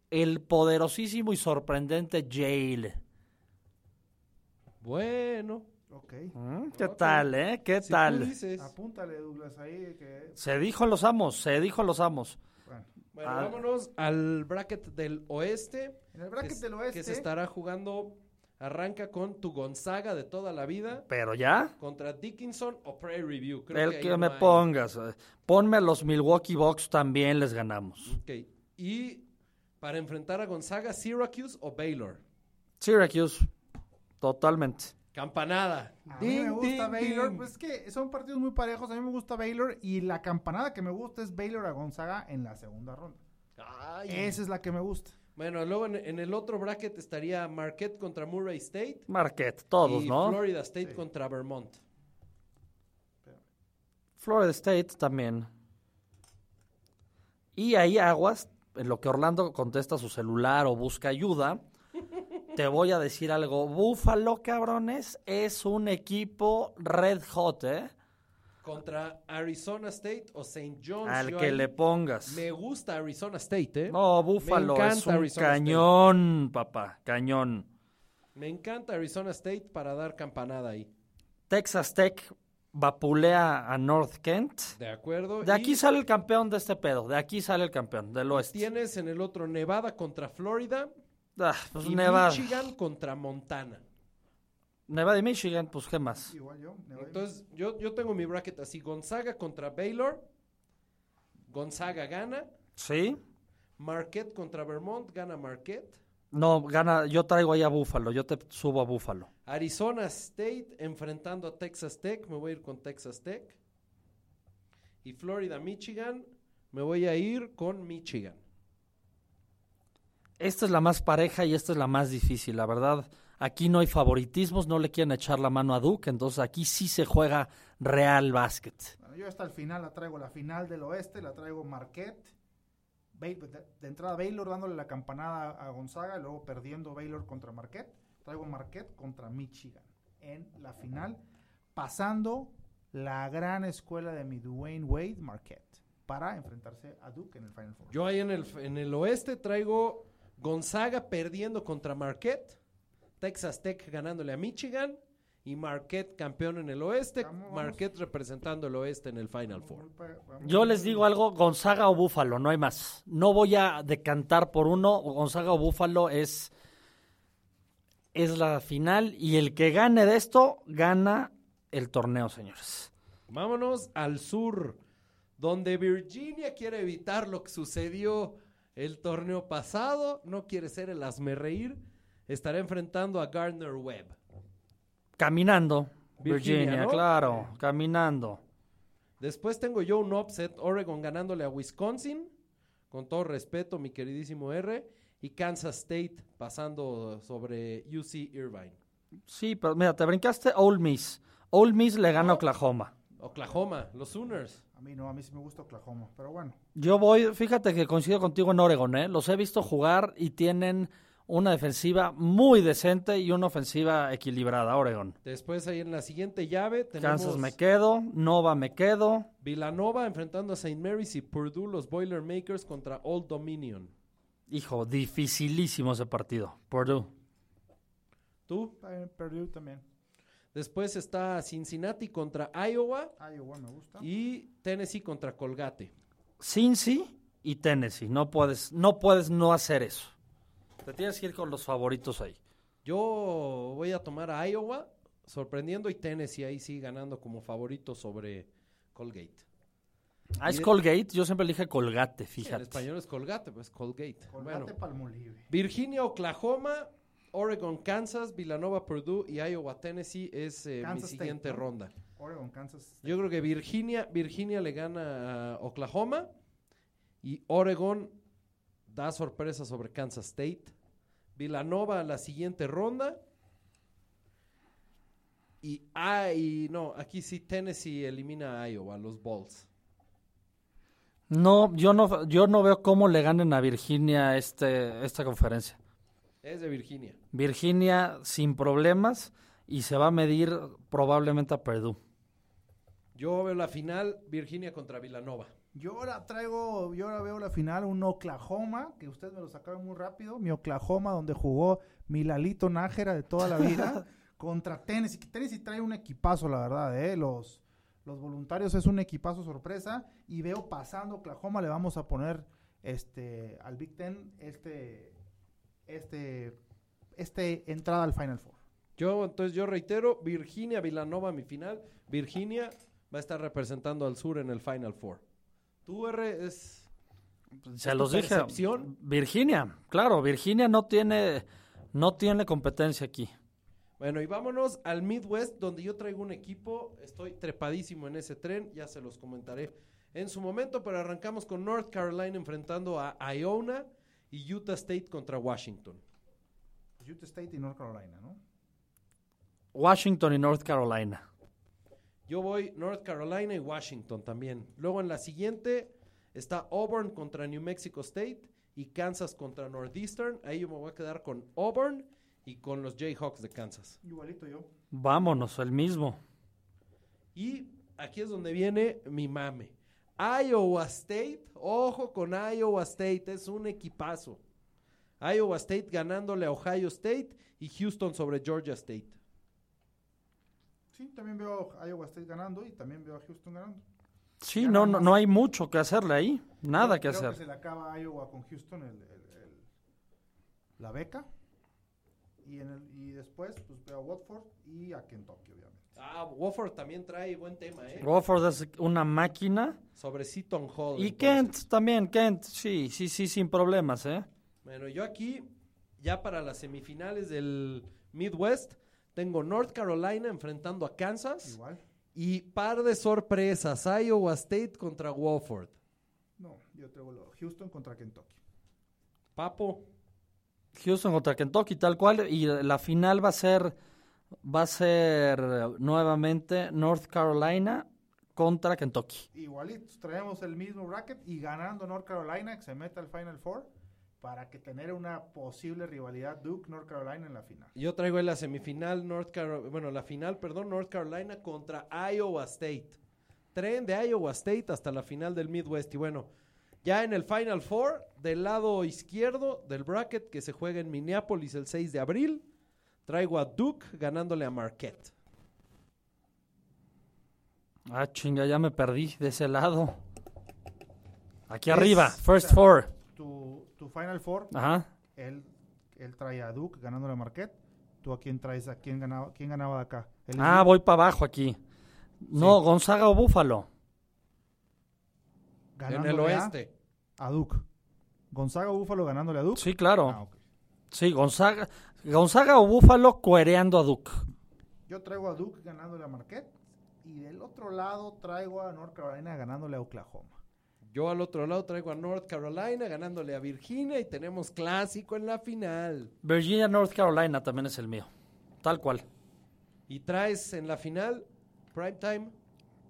[SPEAKER 8] El poderosísimo y sorprendente Yale.
[SPEAKER 1] Bueno,
[SPEAKER 7] Ok.
[SPEAKER 8] Mm, ¿Qué tal, eh? ¿Qué
[SPEAKER 1] si tú
[SPEAKER 8] tal?
[SPEAKER 1] dices.
[SPEAKER 7] Ah, Apúntale, Douglas, ahí que...
[SPEAKER 8] Se dijo los amos, se dijo los amos.
[SPEAKER 7] Bueno.
[SPEAKER 1] Bueno,
[SPEAKER 8] Ah.
[SPEAKER 1] vámonos al bracket del oeste.
[SPEAKER 7] En el
[SPEAKER 1] que
[SPEAKER 7] bracket
[SPEAKER 1] s-
[SPEAKER 7] del oeste,
[SPEAKER 1] Que se estará jugando, arranca con tu Gonzaga de toda la vida.
[SPEAKER 8] Pero ya,
[SPEAKER 1] contra Dickinson o Prairie View. Creo
[SPEAKER 8] el
[SPEAKER 1] ahí
[SPEAKER 8] que
[SPEAKER 1] no
[SPEAKER 8] me
[SPEAKER 1] hay.
[SPEAKER 8] pongas. eh, Ponme a los Milwaukee Bucks, también les ganamos.
[SPEAKER 1] Ok. Y para enfrentar a Gonzaga, Syracuse o Baylor.
[SPEAKER 8] Syracuse, totalmente.
[SPEAKER 1] Campanada.
[SPEAKER 7] A mí me
[SPEAKER 1] Ding,
[SPEAKER 7] gusta
[SPEAKER 1] ding,
[SPEAKER 7] Baylor,
[SPEAKER 1] ding.
[SPEAKER 7] pues es que son partidos muy parejos, a mí me gusta Baylor y la campanada que me gusta es Baylor a Gonzaga en la segunda ronda.
[SPEAKER 1] Ay.
[SPEAKER 7] Esa es la que me gusta.
[SPEAKER 1] Bueno, luego en, en el otro bracket estaría Marquette contra Murray State.
[SPEAKER 8] Marquette, todos,
[SPEAKER 1] y
[SPEAKER 8] ¿no?
[SPEAKER 1] Florida State contra Vermont.
[SPEAKER 8] Florida State también. Y ahí aguas, en lo que Orlando contesta su celular o busca ayuda, te voy a decir algo. Buffalo, cabrones, es un equipo red hot, ¿eh?
[SPEAKER 1] Contra Arizona State o St. John's.
[SPEAKER 8] Al
[SPEAKER 1] Yo
[SPEAKER 8] que
[SPEAKER 1] ahí
[SPEAKER 8] le pongas.
[SPEAKER 1] Me gusta Arizona State, ¿eh?
[SPEAKER 8] No, Buffalo
[SPEAKER 1] Me
[SPEAKER 8] es
[SPEAKER 1] encanta
[SPEAKER 8] un
[SPEAKER 1] Arizona State.
[SPEAKER 8] cañón, papá, cañón.
[SPEAKER 1] Me encanta Arizona State para dar campanada ahí.
[SPEAKER 8] Texas Tech vapulea a North Kent.
[SPEAKER 1] De acuerdo.
[SPEAKER 8] De aquí
[SPEAKER 1] Y-
[SPEAKER 8] sale el campeón de este pedo. De aquí sale el campeón del oeste.
[SPEAKER 1] Tienes en el otro Nevada contra Florida
[SPEAKER 8] Ah, pues
[SPEAKER 1] y
[SPEAKER 8] Nevada.
[SPEAKER 1] Michigan contra Montana.
[SPEAKER 8] Nevada y Michigan, pues qué más.
[SPEAKER 7] Igual yo. me voy-
[SPEAKER 1] Entonces, yo, yo tengo mi bracket así: Gonzaga contra Baylor. Gonzaga gana.
[SPEAKER 8] Sí.
[SPEAKER 1] Marquette contra Vermont gana Marquette.
[SPEAKER 8] No, gana, yo traigo ahí a Búfalo, yo te subo a Búfalo.
[SPEAKER 1] Arizona State enfrentando a Texas Tech, me voy a ir con Texas Tech. Y Florida, Michigan, me voy a ir con Michigan.
[SPEAKER 8] Esta es la más pareja y esta es la más difícil, la verdad. Aquí no hay favoritismos, no le quieren echar la mano a Duke, entonces aquí sí se juega real básquet.
[SPEAKER 7] Bueno, yo hasta el final la traigo, la final del oeste, la traigo Marquette. Bay- de, de entrada Baylor dándole la campanada a Gonzaga, y luego perdiendo Baylor contra Marquette. Traigo Marquette contra Michigan en la final, pasando la gran escuela de mi Dwayne Wade, Marquette, para enfrentarse a Duke en el Final Four.
[SPEAKER 1] Yo ahí en el, en el oeste traigo Gonzaga perdiendo contra Marquette, Texas Tech ganándole a Michigan y Marquette campeón en el oeste,
[SPEAKER 7] Vamos,
[SPEAKER 1] Marquette representando el oeste en el Final Four.
[SPEAKER 7] Muy pa- vamos-
[SPEAKER 8] Yo les digo algo, Gonzaga o Búfalo, no hay más. No voy a decantar por uno, Gonzaga o Búfalo es, es la final y el que gane de esto gana el torneo, señores.
[SPEAKER 1] Vámonos al sur, donde Virginia quiere evitar lo que sucedió el torneo pasado, no quiere ser el reír, estará enfrentando a Gardner Webb.
[SPEAKER 8] Caminando, Virginia,
[SPEAKER 1] Virginia, ¿no?
[SPEAKER 8] claro, caminando.
[SPEAKER 1] Después tengo yo un offset, Oregon ganándole a Wisconsin, con todo respeto, mi queridísimo R, y Kansas State pasando sobre UC Irvine.
[SPEAKER 8] Sí, pero mira, te brincaste Ole Miss. Ole Miss le gana a Oklahoma.
[SPEAKER 1] Oklahoma, los Sooners.
[SPEAKER 7] A mí no, a mí sí me gusta Oklahoma, pero bueno.
[SPEAKER 8] Yo voy, fíjate que coincido contigo en Oregon, ¿eh? Los he visto jugar y tienen una defensiva muy decente y una ofensiva equilibrada, Oregon.
[SPEAKER 1] Después ahí en la siguiente llave tenemos
[SPEAKER 8] Kansas me quedo, Nova me quedo.
[SPEAKER 1] Villanova enfrentando a St. Mary's y Purdue, los Boilermakers contra Old Dominion.
[SPEAKER 8] Hijo, dificilísimo ese partido. Purdue.
[SPEAKER 1] ¿Tú?
[SPEAKER 7] También Purdue también.
[SPEAKER 1] Después está Cincinnati contra Iowa
[SPEAKER 7] Iowa Ah, me gusta.
[SPEAKER 1] y Tennessee contra Colgate.
[SPEAKER 8] Cincy y Tennessee. No puedes, no puedes no hacer eso. Te tienes que ir con los favoritos ahí.
[SPEAKER 1] Yo voy a tomar a Iowa sorprendiendo y Tennessee ahí sí ganando como favorito sobre Colgate.
[SPEAKER 8] Ah, es
[SPEAKER 1] Y-
[SPEAKER 8] Colgate, yo siempre dije Colgate,
[SPEAKER 1] Sí, en
[SPEAKER 8] fíjate.
[SPEAKER 1] español es Colgate, pues Colgate.
[SPEAKER 7] Colgate
[SPEAKER 1] Bueno,
[SPEAKER 7] Palmolive.
[SPEAKER 1] Virginia, Oklahoma, Oregon, Kansas, Villanova, Purdue y Iowa, Tennessee es eh, mi
[SPEAKER 7] Kansas State,
[SPEAKER 1] siguiente
[SPEAKER 7] ¿no?
[SPEAKER 1] ronda.
[SPEAKER 7] Oregon, Kansas.
[SPEAKER 1] Yo creo que Virginia, Virginia le gana a Oklahoma y Oregon da sorpresa sobre Kansas State. Villanova a la siguiente ronda. Y, ah, y no, aquí sí Tennessee elimina a Iowa, los Bulls.
[SPEAKER 8] No, yo no, yo no veo cómo le ganen a Virginia este, esta conferencia.
[SPEAKER 1] Es de Virginia.
[SPEAKER 8] Virginia sin problemas y se va a medir probablemente a Purdue.
[SPEAKER 1] Yo veo la final, Virginia contra Villanova.
[SPEAKER 7] Yo ahora traigo, yo ahora veo la final, un Oklahoma, que ustedes me lo sacaron muy rápido, mi Oklahoma, donde jugó mi Lalito Nájera de toda la vida, contra Tennessee. que Tennessee trae un equipazo, la verdad, ¿eh? Los, los voluntarios es un equipazo sorpresa, y veo pasando Oklahoma, le vamos a poner este al Big Ten este, este, este entrada al Final Four.
[SPEAKER 1] Yo, entonces yo reitero, Virginia, Villanova, mi final. Virginia va a estar representando al sur en el Final Four. Tu R es...
[SPEAKER 8] Se
[SPEAKER 1] ¿Es
[SPEAKER 8] los
[SPEAKER 1] tu
[SPEAKER 8] dije.
[SPEAKER 1] percepción?
[SPEAKER 8] Virginia, claro, Virginia no tiene, no tiene competencia aquí.
[SPEAKER 1] Bueno, y vámonos al Midwest, donde yo traigo un equipo. Estoy trepadísimo en ese tren, ya se los comentaré en su momento, pero arrancamos con North Carolina enfrentando a Iona y Utah State contra Washington.
[SPEAKER 7] Utah State y North Carolina, ¿no?
[SPEAKER 8] Washington y North Carolina.
[SPEAKER 1] Yo voy North Carolina y Washington también. Luego en la siguiente está Auburn contra New Mexico State y Kansas contra Northeastern. Ahí yo me voy a quedar con Auburn y con los Jayhawks de Kansas.
[SPEAKER 7] Igualito yo.
[SPEAKER 8] Vámonos, el mismo.
[SPEAKER 1] Y aquí es donde viene mi mame. Iowa State, ojo con Iowa State, es un equipazo. Iowa State ganándole a Ohio State y Houston sobre Georgia State.
[SPEAKER 7] Sí, también veo a Iowa State ganando y también veo a Houston ganando.
[SPEAKER 8] Sí,
[SPEAKER 7] Ya nada
[SPEAKER 8] no, no,
[SPEAKER 7] más.
[SPEAKER 8] no hay mucho que hacerle ahí. Nada
[SPEAKER 7] Creo-
[SPEAKER 8] que
[SPEAKER 7] creo
[SPEAKER 8] hacer.
[SPEAKER 7] se le acaba a Iowa con Houston el- el- el- la beca. Y, en el- y después, pues veo a Watford y a Kentucky, obviamente.
[SPEAKER 1] Ah, Wofford también trae buen tema, ¿eh?
[SPEAKER 8] Wofford es una máquina.
[SPEAKER 1] Sobre Seton Hall.
[SPEAKER 8] Y
[SPEAKER 1] entonces.
[SPEAKER 8] Kent también, Kent. Sí, sí, sí, sin problemas, ¿eh?
[SPEAKER 1] Bueno, yo aquí ya para las semifinales del Midwest, tengo North Carolina enfrentando a Kansas.
[SPEAKER 7] Igual.
[SPEAKER 1] Y par de sorpresas, Iowa State contra Wofford.
[SPEAKER 7] No, yo traigo lo- Houston contra Kentucky.
[SPEAKER 1] Papo,
[SPEAKER 8] Houston contra Kentucky, tal cual. Y la final va a ser, va a ser eh, nuevamente North Carolina contra Kentucky.
[SPEAKER 7] Igualitos, traemos el mismo bracket y ganando North Carolina que se meta al Final Four para que tener una posible rivalidad Duke-North Carolina en la final.
[SPEAKER 1] yo traigo en la semifinal North Carolina, bueno, la final, perdón, North Carolina contra Iowa State. Tren de Iowa State hasta la final del Midwest. Y bueno, ya en el Final Four, del lado izquierdo del bracket que se juega en Minneapolis el 6 de abril, traigo a Duke ganándole a Marquette.
[SPEAKER 8] Ah, chinga, ya me perdí de ese lado. Aquí arriba, first four.
[SPEAKER 7] Tu, tu Final Four,
[SPEAKER 8] Ajá.
[SPEAKER 7] él, él trae a Duke ganándole a Marquette. ¿Tú a quién traes? ¿A quién ganaba, quién ganaba de acá? ¿El
[SPEAKER 8] Ah,
[SPEAKER 7] Duke?
[SPEAKER 8] voy para abajo aquí. No, Gonzaga o Búfalo.
[SPEAKER 1] En
[SPEAKER 7] Ganándole
[SPEAKER 1] el
[SPEAKER 7] a-
[SPEAKER 1] oeste.
[SPEAKER 7] A, Duke. Gonzaga Búfalo ganándole a Duke.
[SPEAKER 8] Sí, claro.
[SPEAKER 7] Ah, ok.
[SPEAKER 8] Sí, Gonzaga, Gonzaga o Búfalo cuereando a Duke.
[SPEAKER 7] Yo traigo a Duke ganándole a Marquette. Y del otro lado traigo a North Carolina ganándole a Oklahoma.
[SPEAKER 1] Yo al otro lado traigo a North Carolina ganándole a Virginia y tenemos clásico en la final.
[SPEAKER 8] Virginia, North Carolina también es el mío. Tal cual.
[SPEAKER 1] Y traes en la final, primetime,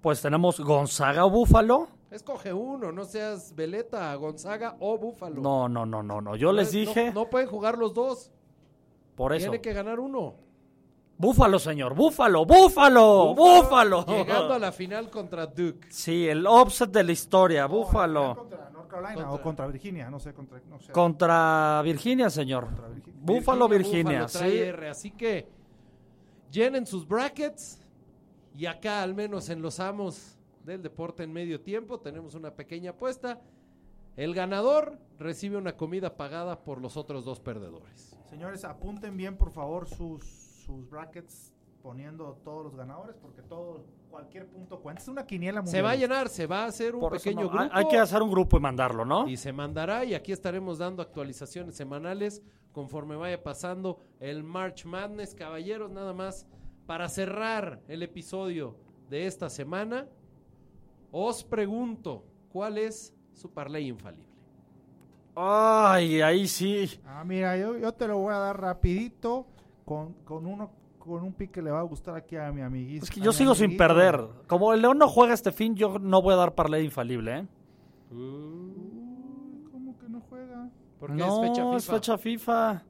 [SPEAKER 8] Pues tenemos Gonzaga o Búfalo.
[SPEAKER 1] escoge uno, no seas Veleta, Gonzaga o Búfalo.
[SPEAKER 8] No, no, no, no, no. Yo les
[SPEAKER 1] No-
[SPEAKER 8] dije,
[SPEAKER 1] No, pueden jugar los dos,
[SPEAKER 8] por eso.
[SPEAKER 1] tiene que ganar uno.
[SPEAKER 8] Búfalo, señor. Búfalo, búfalo, búfalo.
[SPEAKER 1] Llegando a la final contra Duke.
[SPEAKER 8] Sí, el offset de la historia. Búfalo.
[SPEAKER 7] Contra North Carolina o
[SPEAKER 1] Contra-
[SPEAKER 7] contra Virginia. No sé, contra. No sé.
[SPEAKER 8] Contra Virginia, señor.
[SPEAKER 7] Virginia.
[SPEAKER 8] Búfalo, Virginia.
[SPEAKER 1] Búfalo trae
[SPEAKER 8] sí.
[SPEAKER 1] R, así que llenen sus brackets y acá al menos en los amos del deporte en medio tiempo tenemos una pequeña apuesta. El ganador recibe una comida pagada por los otros dos perdedores.
[SPEAKER 7] Señores, apunten bien por favor sus, sus brackets poniendo todos los ganadores porque todo, cualquier punto cuenta. Es una quiniela mundial.
[SPEAKER 1] Se va a llenar, se va a hacer un
[SPEAKER 8] Por eso
[SPEAKER 1] pequeño
[SPEAKER 8] no- hay-
[SPEAKER 1] grupo
[SPEAKER 8] Hay que hacer un grupo y mandarlo, ¿no?
[SPEAKER 1] y se mandará y aquí estaremos dando actualizaciones semanales conforme vaya pasando el March Madness, caballeros, nada más para cerrar el episodio de esta semana. Os pregunto, ¿cuál es su parlay infalible?
[SPEAKER 8] Ay, ahí sí.
[SPEAKER 7] Ah, mira, yo, yo te lo voy a dar rapidito con, con uno con un pick que le va a gustar aquí a mi amiguito.
[SPEAKER 8] Es que
[SPEAKER 7] a
[SPEAKER 8] yo
[SPEAKER 7] mi
[SPEAKER 8] sigo sin
[SPEAKER 7] amiguito.
[SPEAKER 8] perder. Como el León no juega este fin, yo no voy a dar parlay infalible, ¿eh?
[SPEAKER 7] Uy, ¿Cómo que no juega?
[SPEAKER 1] Uh, Porque
[SPEAKER 8] no,
[SPEAKER 1] es fecha FIFA.
[SPEAKER 8] es fecha FIFA.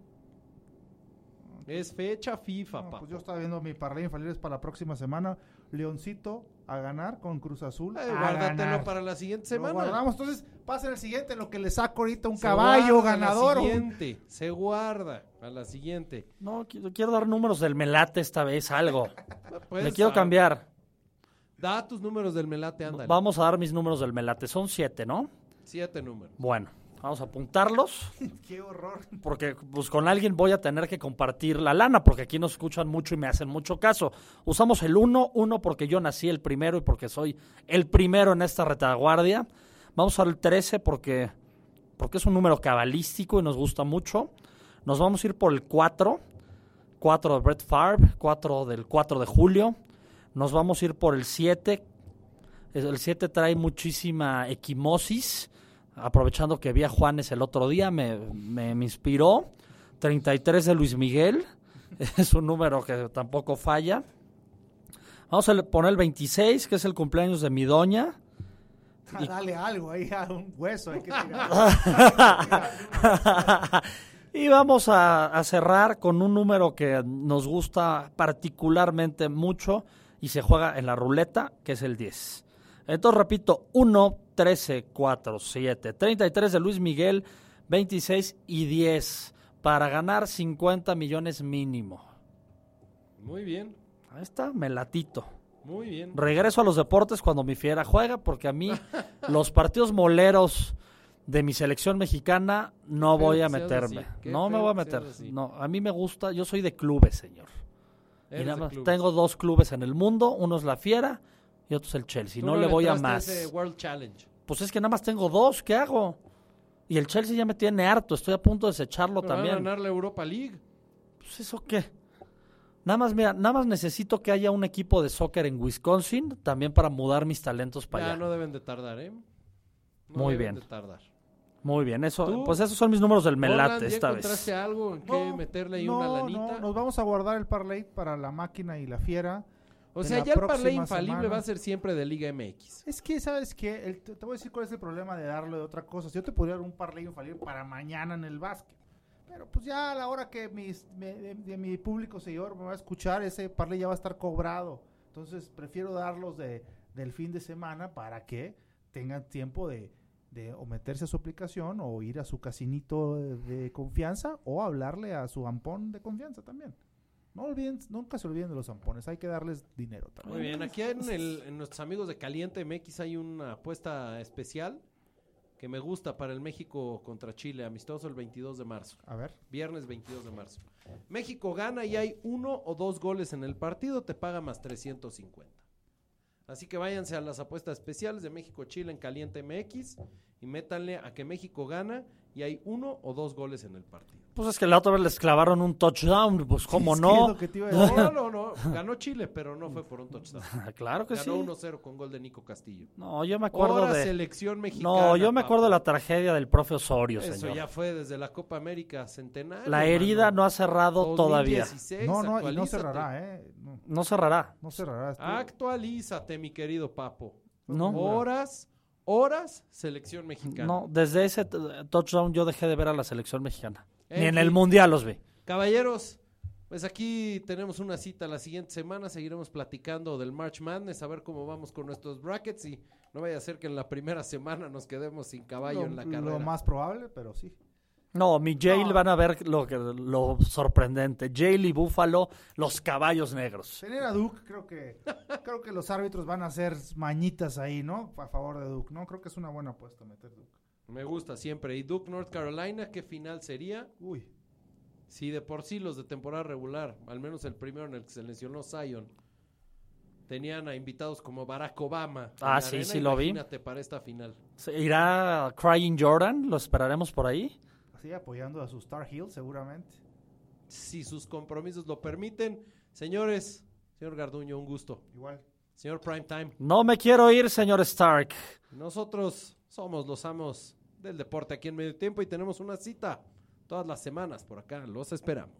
[SPEAKER 1] Es fecha FIFA,
[SPEAKER 7] No,
[SPEAKER 1] papá.
[SPEAKER 7] pues yo estaba viendo mi parlay infalibles para la próxima semana. Leoncito a ganar con Cruz Azul.
[SPEAKER 8] Ah,
[SPEAKER 1] Ay,
[SPEAKER 7] a
[SPEAKER 1] Eh, guárdatelo
[SPEAKER 7] ganar.
[SPEAKER 1] para la siguiente
[SPEAKER 7] Lo
[SPEAKER 1] semana.
[SPEAKER 7] guardamos. Entonces, pasa el siguiente, lo que le saco ahorita un
[SPEAKER 1] Se
[SPEAKER 7] caballo
[SPEAKER 1] guarda a la
[SPEAKER 7] ganador. un-
[SPEAKER 1] siguiente, se guarda a la siguiente.
[SPEAKER 8] No, qui- quiero dar números del Melate esta vez, algo.
[SPEAKER 1] Pues,
[SPEAKER 8] Le quiero
[SPEAKER 1] ah,
[SPEAKER 8] cambiar.
[SPEAKER 1] Da tus números del melate, ándale.
[SPEAKER 8] Vamos a dar mis números del Melate. Son siete, ¿no?
[SPEAKER 1] Siete números.
[SPEAKER 8] Bueno, vamos a apuntarlos.
[SPEAKER 7] Qué horror.
[SPEAKER 8] Porque pues con alguien voy a tener que compartir la lana, porque aquí nos escuchan mucho y me hacen mucho caso. Usamos el 1, 1 porque yo nací el primero y porque soy el primero en esta retaguardia. Vamos al 13 porque, porque es un número cabalístico y nos gusta mucho. Nos vamos a ir por el 4, 4 de Brett Favre, 4 del 4 de julio. Nos vamos a ir por el 7. Es- El 7 trae muchísima equimosis. Aprovechando que vi a Juanes el otro día, me, me, me inspiró. 33 de Luis Miguel. Es un número que tampoco falla. Vamos a le- poner el 26, que es el cumpleaños de mi doña.
[SPEAKER 7] Ah, Dale algo ahí a un hueso. hay que tirar.
[SPEAKER 8] y vamos a, a cerrar con un número que nos gusta particularmente mucho y se juega en la ruleta, que es el 10. Entonces repito, 1, 13, 4, 7, 33 de Luis Miguel, 26 y 10 para ganar 50 millones mínimo.
[SPEAKER 1] Muy bien,
[SPEAKER 8] Ahí está, me latito.
[SPEAKER 1] muy bien.
[SPEAKER 8] Regreso a los deportes cuando mi fiera juega, porque a mí los partidos moleros de mi selección mexicana no
[SPEAKER 1] Qué feo
[SPEAKER 8] voy a
[SPEAKER 1] que seas
[SPEAKER 8] meterme.
[SPEAKER 1] así, qué
[SPEAKER 8] No me
[SPEAKER 1] feo
[SPEAKER 8] voy a
[SPEAKER 1] que seas
[SPEAKER 8] meter.
[SPEAKER 1] así.
[SPEAKER 8] No, a mí me gusta, yo soy de clubes, señor. Y
[SPEAKER 1] Eres
[SPEAKER 8] nada
[SPEAKER 1] de
[SPEAKER 8] más
[SPEAKER 1] clubes.
[SPEAKER 8] tengo dos clubes en el mundo, uno es la fiera y otro es el Chelsea.
[SPEAKER 1] Tú
[SPEAKER 8] No, le voy a
[SPEAKER 1] entraste
[SPEAKER 8] más.
[SPEAKER 1] ese World Challenge.
[SPEAKER 8] Pues es que nada más tengo dos, ¿qué hago? Y el Chelsea ya me tiene harto, estoy a punto de desecharlo
[SPEAKER 1] Pero
[SPEAKER 8] también.
[SPEAKER 1] Van a ganar la Europa League.
[SPEAKER 8] Pues eso qué. Nada más, mira, nada más necesito que haya un equipo de soccer en Wisconsin también para mudar mis talentos para
[SPEAKER 1] ya
[SPEAKER 8] allá.
[SPEAKER 1] no deben de tardar, ¿eh? No
[SPEAKER 8] Muy
[SPEAKER 1] deben
[SPEAKER 8] bien.
[SPEAKER 1] de tardar.
[SPEAKER 8] Muy bien, eso,
[SPEAKER 1] ¿Tú?
[SPEAKER 8] pues esos son mis números del
[SPEAKER 1] Holland,
[SPEAKER 8] melate
[SPEAKER 1] ¿ya
[SPEAKER 8] esta
[SPEAKER 1] encontraste
[SPEAKER 8] vez.
[SPEAKER 1] algo en que
[SPEAKER 7] No,
[SPEAKER 1] meterle ahí
[SPEAKER 7] no,
[SPEAKER 1] una
[SPEAKER 7] no,
[SPEAKER 1] lanita?
[SPEAKER 7] nos vamos a guardar el parlay para la máquina y la fiera.
[SPEAKER 1] o
[SPEAKER 7] de
[SPEAKER 1] sea,
[SPEAKER 7] la
[SPEAKER 1] ya el
[SPEAKER 7] próxima
[SPEAKER 1] parlay infalible
[SPEAKER 7] semana.
[SPEAKER 1] va a ser siempre de Liga MX.
[SPEAKER 7] Es que, ¿sabes qué? El- te, te voy a decir cuál es el problema de darle otra cosa. Si yo te pudiera dar un parlay infalible para mañana en el básquet. Pero pues ya a la hora que mis- me- de, de mi público seguidor me va a escuchar, ese parlay ya va a estar cobrado. Entonces prefiero darlos de, del fin de semana para que tengan tiempo de, de o meterse a su aplicación o ir a su casinito de, de confianza o hablarle a su ampón de confianza también. No olviden, nunca se olviden de los ampones, hay que darles dinero también.
[SPEAKER 1] Muy bien, aquí en, el- en nuestros amigos de Caliente MX hay una apuesta especial que me gusta para el México contra Chile, amistoso el 22 de marzo.
[SPEAKER 7] A ver.
[SPEAKER 1] Viernes 22 de marzo. México gana y hay uno o dos goles en el partido, te paga más 350. Así que váyanse a las apuestas especiales de México-Chile en Caliente MX y métanle a que México gana y hay uno o dos goles en el partido.
[SPEAKER 8] Pues es que la otra vez les clavaron un touchdown, pues cómo
[SPEAKER 7] Es que es
[SPEAKER 8] no.
[SPEAKER 7] lo que te iba a decir.
[SPEAKER 1] No, no, no, ganó Chile, pero no fue por un touchdown.
[SPEAKER 8] Ah, claro que sí.
[SPEAKER 1] Ganó 1-0 con gol de Nico Castillo.
[SPEAKER 8] No, yo me acuerdo
[SPEAKER 1] Ahora
[SPEAKER 8] de
[SPEAKER 1] selección mexicana.
[SPEAKER 8] No, yo me acuerdo de la
[SPEAKER 1] papá.
[SPEAKER 8] tragedia del profe Osorio,
[SPEAKER 1] Eso
[SPEAKER 8] señor.
[SPEAKER 1] ya fue desde la Copa América centenario.
[SPEAKER 8] La herida no ha cerrado todavía.
[SPEAKER 7] No, no, y no cerrará, ¿eh? No,
[SPEAKER 8] No cerrará.
[SPEAKER 7] no cerrará. esto.
[SPEAKER 1] Ah, Actualízate, mi querido papo.
[SPEAKER 8] No.
[SPEAKER 1] Horas, horas, selección mexicana.
[SPEAKER 8] No, desde ese t- touchdown yo dejé de ver a la selección mexicana.
[SPEAKER 1] En
[SPEAKER 8] Ni en
[SPEAKER 1] fin.
[SPEAKER 8] el mundial los vi.
[SPEAKER 1] Caballeros, pues aquí tenemos una cita la siguiente semana. Seguiremos platicando del March Madness, a ver cómo vamos con nuestros brackets y no vaya a ser que en la primera semana nos quedemos sin caballo
[SPEAKER 7] lo,
[SPEAKER 1] en la
[SPEAKER 7] lo
[SPEAKER 1] carrera.
[SPEAKER 7] más probable, pero sí.
[SPEAKER 8] No, mi Jail van a ver lo, que- lo sorprendente. Jail y Búfalo, los caballos negros.
[SPEAKER 7] Tener a Duke, creo que, creo que los árbitros van a hacer mañitas ahí, ¿no? A favor de Duke, ¿no? Creo que es una buena apuesta meter Duke.
[SPEAKER 1] Me gusta siempre. Y Duke North Carolina, ¿qué final sería?
[SPEAKER 7] Uy,
[SPEAKER 1] Si de por sí los de temporada regular, al menos el primero en el que se lesionó Zion, tenían a invitados como Barack Obama. en
[SPEAKER 8] Ah,
[SPEAKER 1] la
[SPEAKER 8] sí, sí lo vi.
[SPEAKER 1] Imagínate para esta final.
[SPEAKER 8] ¿Se ¿Irá Crying Jordan? ¿Lo esperaremos por ahí?
[SPEAKER 7] así apoyando a su Star Hill, seguramente.
[SPEAKER 1] Si sus compromisos lo permiten, señores, señor Garduño, un gusto.
[SPEAKER 7] Igual.
[SPEAKER 1] Señor Primetime,
[SPEAKER 8] No me quiero ir, señor Stark.
[SPEAKER 1] nosotros somos los amos del deporte aquí en medio tiempo y tenemos una cita todas las semanas por acá. Los esperamos.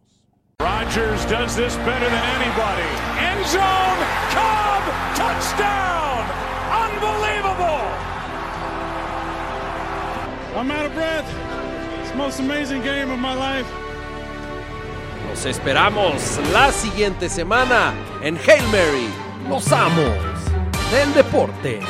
[SPEAKER 9] Rodgers does this better than anybody. End zone, Cobb, touchdown! Unbelievable! I'm out of breath. It's the most amazing game of my life.
[SPEAKER 1] Los esperamos la siguiente semana en Hail Mary. Los amos del deporte.